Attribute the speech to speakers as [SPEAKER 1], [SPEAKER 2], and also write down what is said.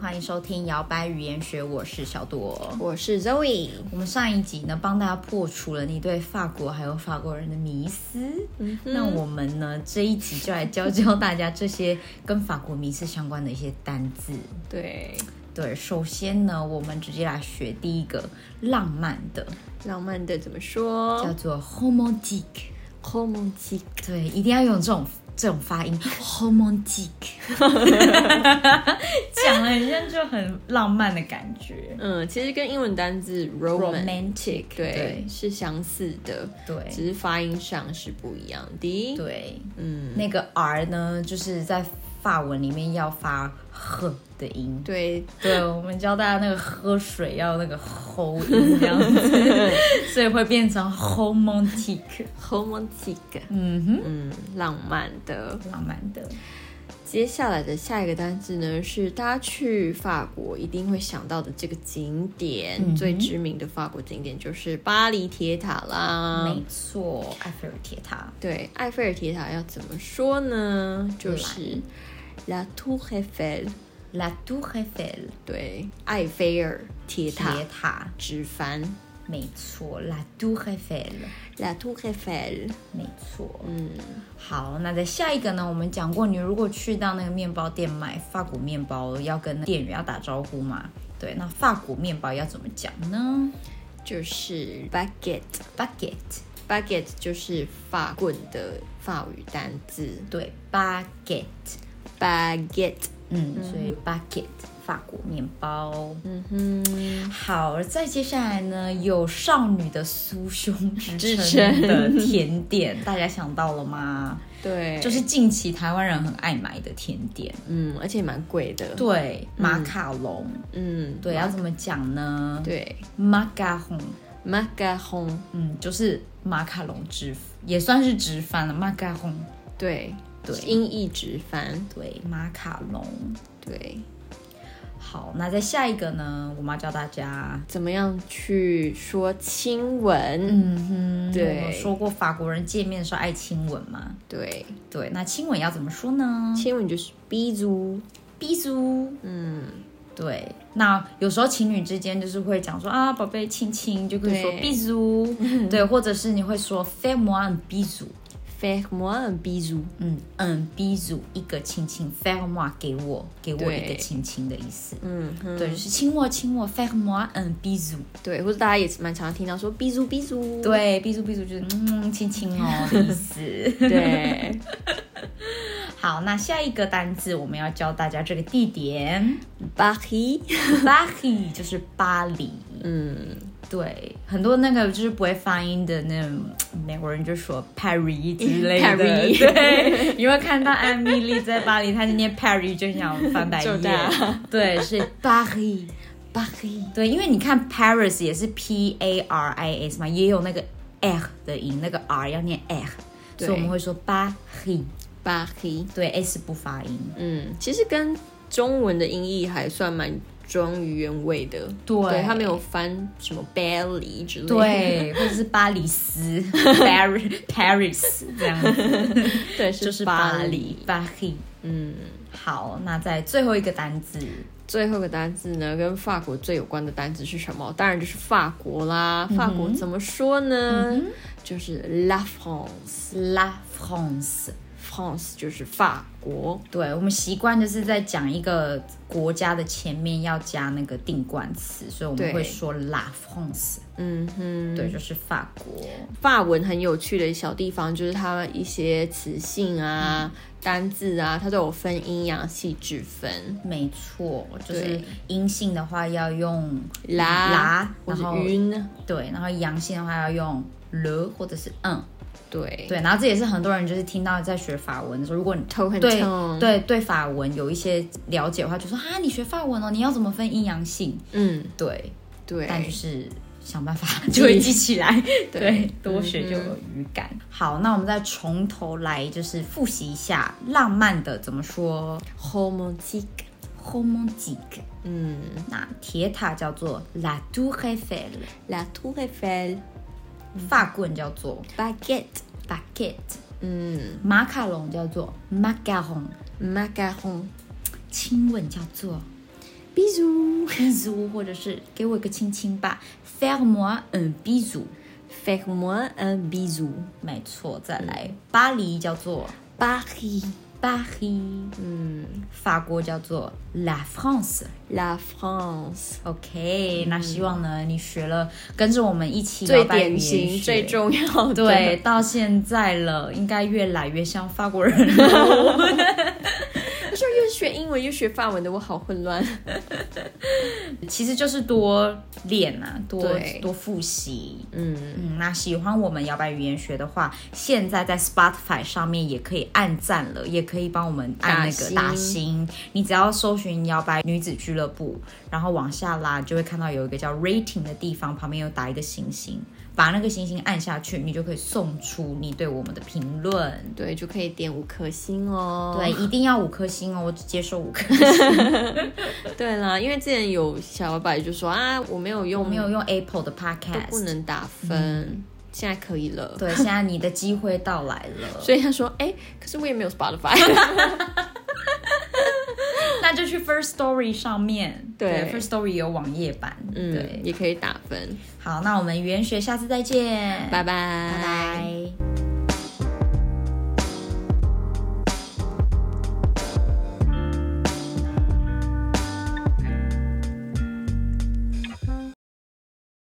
[SPEAKER 1] 欢迎收听《摇摆语言学》，我是小朵。
[SPEAKER 2] 我是 Zoe，
[SPEAKER 1] 我们上一集呢，帮大家破除了你对法国还有法国人的迷思。那我们呢，这一集就来教教大家这些跟法国迷思相关的一些单字。
[SPEAKER 2] 对，
[SPEAKER 1] 对，首先呢，我们直接来学第一个浪漫的，
[SPEAKER 2] 浪漫的怎么说
[SPEAKER 1] 叫做 homotic。
[SPEAKER 2] h o m o t i
[SPEAKER 1] 对，一定要用这种这种发音 homotic，讲了很像就很浪漫的感觉。
[SPEAKER 2] 嗯，其实跟英文单字 roman
[SPEAKER 1] romantic，
[SPEAKER 2] 对是相似的，
[SPEAKER 1] 对
[SPEAKER 2] 只是发音上是不一样的。
[SPEAKER 1] 对，
[SPEAKER 2] 嗯，
[SPEAKER 1] 那个 r 呢，就是在法文里面要发 h 的音。
[SPEAKER 2] 对，
[SPEAKER 1] 对，我们教大家那个喝水要那个吼音这样子，所以会变成 homotic，
[SPEAKER 2] h o m o t i c
[SPEAKER 1] 嗯哼，
[SPEAKER 2] 嗯，浪漫的。
[SPEAKER 1] 浪漫的。
[SPEAKER 2] 接下来的下一个单字呢，是大家去法国一定会想到的这个景点，
[SPEAKER 1] 嗯哼
[SPEAKER 2] 最知名的法国景点就是巴黎铁塔啦。
[SPEAKER 1] 没错，埃菲尔嗯铁塔。
[SPEAKER 2] 对，埃菲尔铁塔要怎么说呢？就是 La Tour Eiffel，
[SPEAKER 1] La Tour Eiffel
[SPEAKER 2] 对，埃菲尔铁塔
[SPEAKER 1] 铁塔，
[SPEAKER 2] 直翻
[SPEAKER 1] 没错，La Tour Eiffel，
[SPEAKER 2] La Tour Eiffel。
[SPEAKER 1] 没错。
[SPEAKER 2] 嗯，
[SPEAKER 1] 好，那在下一个呢，我们讲过，你如果去到那个面包店买法国面包，要跟店员要打招呼嘛。对，那法国面包要怎么讲呢
[SPEAKER 2] 就是 baguette。
[SPEAKER 1] ？Baguette，
[SPEAKER 2] baguette 就是法棍的法语单字
[SPEAKER 1] 对，baguette，
[SPEAKER 2] ，baguette。
[SPEAKER 1] 嗯，所以 baguette 法国面包。
[SPEAKER 2] 嗯哼，
[SPEAKER 1] 好，再接下来呢，有少女的酥胸之
[SPEAKER 2] 之
[SPEAKER 1] 称
[SPEAKER 2] 称
[SPEAKER 1] 的甜 点，大家想到了吗？
[SPEAKER 2] 对，
[SPEAKER 1] 就是近期台湾人很爱买的甜点，
[SPEAKER 2] 嗯，而且蛮贵的。，
[SPEAKER 1] 对，马卡龙，
[SPEAKER 2] 嗯，
[SPEAKER 1] 对，要怎么讲呢？
[SPEAKER 2] 对
[SPEAKER 1] ，macaron，
[SPEAKER 2] ，macaron，
[SPEAKER 1] 嗯，就是马卡龙直，也算是直翻了，macaron，
[SPEAKER 2] 对，
[SPEAKER 1] 对
[SPEAKER 2] 音译直翻，
[SPEAKER 1] 对，马卡龙。
[SPEAKER 2] 对。
[SPEAKER 1] 好，那在下一个呢，我们要教大家，
[SPEAKER 2] 怎么样去说亲吻？
[SPEAKER 1] 嗯哼，
[SPEAKER 2] 对
[SPEAKER 1] 我们说过法国人见面的时候爱亲吻嘛，
[SPEAKER 2] 对，
[SPEAKER 1] 对，那亲吻要怎么说呢？
[SPEAKER 2] 亲吻就是 b 足，
[SPEAKER 1] 逼猪。
[SPEAKER 2] 嗯，
[SPEAKER 1] 对，那有时候情侣之间就是会讲说啊，宝贝亲亲，就可以说
[SPEAKER 2] 对
[SPEAKER 1] bisou，对，或者是你会说 f a i r moi un bisou，
[SPEAKER 2] f e moi un bisou，
[SPEAKER 1] 嗯嗯 bisou 一个亲亲 f a i r moi 给我给我
[SPEAKER 2] 对
[SPEAKER 1] 一个亲亲的意思，
[SPEAKER 2] 嗯哼，
[SPEAKER 1] 对，就是亲我亲我嗯 f a i r moi un bisou，
[SPEAKER 2] 对，或者大家也是蛮常听到说 b 足 b 足，
[SPEAKER 1] 对，bisou bisou 就是嗯亲亲哦的意思。
[SPEAKER 2] 对
[SPEAKER 1] 好，那下一个单字我们要教大家这个地点
[SPEAKER 2] ，Paris，
[SPEAKER 1] ，Paris 就是巴黎，
[SPEAKER 2] 嗯，
[SPEAKER 1] 对，很多那个就是不会发音的那种美国人就说 Perry 之类的。
[SPEAKER 2] Perry
[SPEAKER 1] 对，你会看到艾米丽在巴黎，她今天 Perry 就想翻白
[SPEAKER 2] 就
[SPEAKER 1] 眼
[SPEAKER 2] 她。
[SPEAKER 1] 对，是 Paris。
[SPEAKER 2] 巴黎，
[SPEAKER 1] 对，因为你看 Paris 也是 P A R I S 嘛，也有那个 R 的音，那个 R 要念 R，所
[SPEAKER 2] 对
[SPEAKER 1] 以我们会说巴黎。
[SPEAKER 2] 巴黎，
[SPEAKER 1] 对，S 不发音。
[SPEAKER 2] 嗯，其实跟中文的音译还算蛮忠于原味的，
[SPEAKER 1] 对
[SPEAKER 2] 它没有翻什么 belly 之类的，
[SPEAKER 1] 对，或者是巴黎斯 Paris Paris 这样子，
[SPEAKER 2] 对，
[SPEAKER 1] 就是
[SPEAKER 2] 巴
[SPEAKER 1] 巴黎，巴黎。
[SPEAKER 2] 嗯。
[SPEAKER 1] 好，那在最后一个单字，
[SPEAKER 2] 最后一个单字呢，跟法国最有关的单字是什么？当然就是法国啦。
[SPEAKER 1] 嗯
[SPEAKER 2] 法国怎么说呢？就是 La France，France
[SPEAKER 1] La France。
[SPEAKER 2] 就是法国。
[SPEAKER 1] 对我们习惯就是在讲一个国家的前面要加那个定冠词，所以我们
[SPEAKER 2] 对
[SPEAKER 1] 会说 La France，
[SPEAKER 2] 嗯哼，
[SPEAKER 1] 对，就是法国。
[SPEAKER 2] 法文很有趣的小地方就是它一些词性啊、单字啊，它都有分阴阳系之分。
[SPEAKER 1] 没错，就是
[SPEAKER 2] 对
[SPEAKER 1] 阴性的话要用
[SPEAKER 2] 啦
[SPEAKER 1] 嗯啦，
[SPEAKER 2] 或
[SPEAKER 1] 然
[SPEAKER 2] 是
[SPEAKER 1] 后
[SPEAKER 2] 云，
[SPEAKER 1] 对，然后阳性的话要用 le 或者是嗯，
[SPEAKER 2] 对，
[SPEAKER 1] 对，然后这也是很多人就是听到在学法文的时候，如果你
[SPEAKER 2] 头很
[SPEAKER 1] 对
[SPEAKER 2] 痛。，
[SPEAKER 1] 对对法文有一些了解的话，就说啊，你学法文哦，你要怎么分阴阳性？
[SPEAKER 2] 嗯，
[SPEAKER 1] 对，
[SPEAKER 2] 对，
[SPEAKER 1] 但就是想办法 就会记起来，对
[SPEAKER 2] 对，嗯
[SPEAKER 1] 多学就有语感。好，那我们再从头来，就是复习一下浪漫的怎么说
[SPEAKER 2] h o m o t i q
[SPEAKER 1] h o m o g i q
[SPEAKER 2] 嗯
[SPEAKER 1] 那铁塔叫做 La Tour Eiffel，
[SPEAKER 2] ，La Tour Eiffel。
[SPEAKER 1] 发棍叫做
[SPEAKER 2] baguette，
[SPEAKER 1] baguette，
[SPEAKER 2] 嗯
[SPEAKER 1] 马卡龙叫做 macaron，
[SPEAKER 2] ，macaron，
[SPEAKER 1] 亲吻叫做
[SPEAKER 2] bisou。
[SPEAKER 1] bisou，或者是给我一个亲亲吧，faire-moi un bisou。
[SPEAKER 2] Fais-moi un bisou。
[SPEAKER 1] 没错，再来，巴黎叫做
[SPEAKER 2] Paris,
[SPEAKER 1] 巴黎，
[SPEAKER 2] 嗯
[SPEAKER 1] 法国叫做 La France。
[SPEAKER 2] ，La France。
[SPEAKER 1] OK，、那希望呢，你学了，跟着我们一起
[SPEAKER 2] 嗯最
[SPEAKER 1] 摇摆
[SPEAKER 2] 典
[SPEAKER 1] 语言
[SPEAKER 2] 型、
[SPEAKER 1] 学
[SPEAKER 2] 最重要的，
[SPEAKER 1] 对，到现在了，应该越来越像法国人 了。
[SPEAKER 2] 就是又学英文又学法文的，我好混乱。
[SPEAKER 1] 其实就是多练啊，多
[SPEAKER 2] 对
[SPEAKER 1] 多复习。
[SPEAKER 2] 嗯，
[SPEAKER 1] 嗯，那喜欢我们摇摆语言学的话，现在在 Spotify 上面也可以按赞了，也可以帮我们按那个
[SPEAKER 2] 打
[SPEAKER 1] 打星。你只要搜寻“摇摆女子俱乐部”，然后往下拉，就会看到有一个叫 rating 的地方，旁边有打一个星星，把那个星星按下去，你就可以送出你对我们的评论。
[SPEAKER 2] 对，就可以点五颗星哦。
[SPEAKER 1] 对，一定要五颗星哦，我只接受五颗星，
[SPEAKER 2] 对啦，因为之前有小老板就说啊，我没有嗯
[SPEAKER 1] 我
[SPEAKER 2] 用，
[SPEAKER 1] 没有用 Apple 的
[SPEAKER 2] 都不
[SPEAKER 1] Podcast。
[SPEAKER 2] 能打分，现在可以了。
[SPEAKER 1] 对，现在你的机会到来了，
[SPEAKER 2] 所以他说，哎，可是我也没有 Spotify。
[SPEAKER 1] 那就去 First Story 上面，
[SPEAKER 2] 对
[SPEAKER 1] First Story 有网页版，
[SPEAKER 2] 嗯
[SPEAKER 1] 对，。
[SPEAKER 2] 也可以打分。
[SPEAKER 1] 好，那我们语言学下次再见，
[SPEAKER 2] 拜拜，
[SPEAKER 1] 拜
[SPEAKER 2] 拜
[SPEAKER 1] 拜。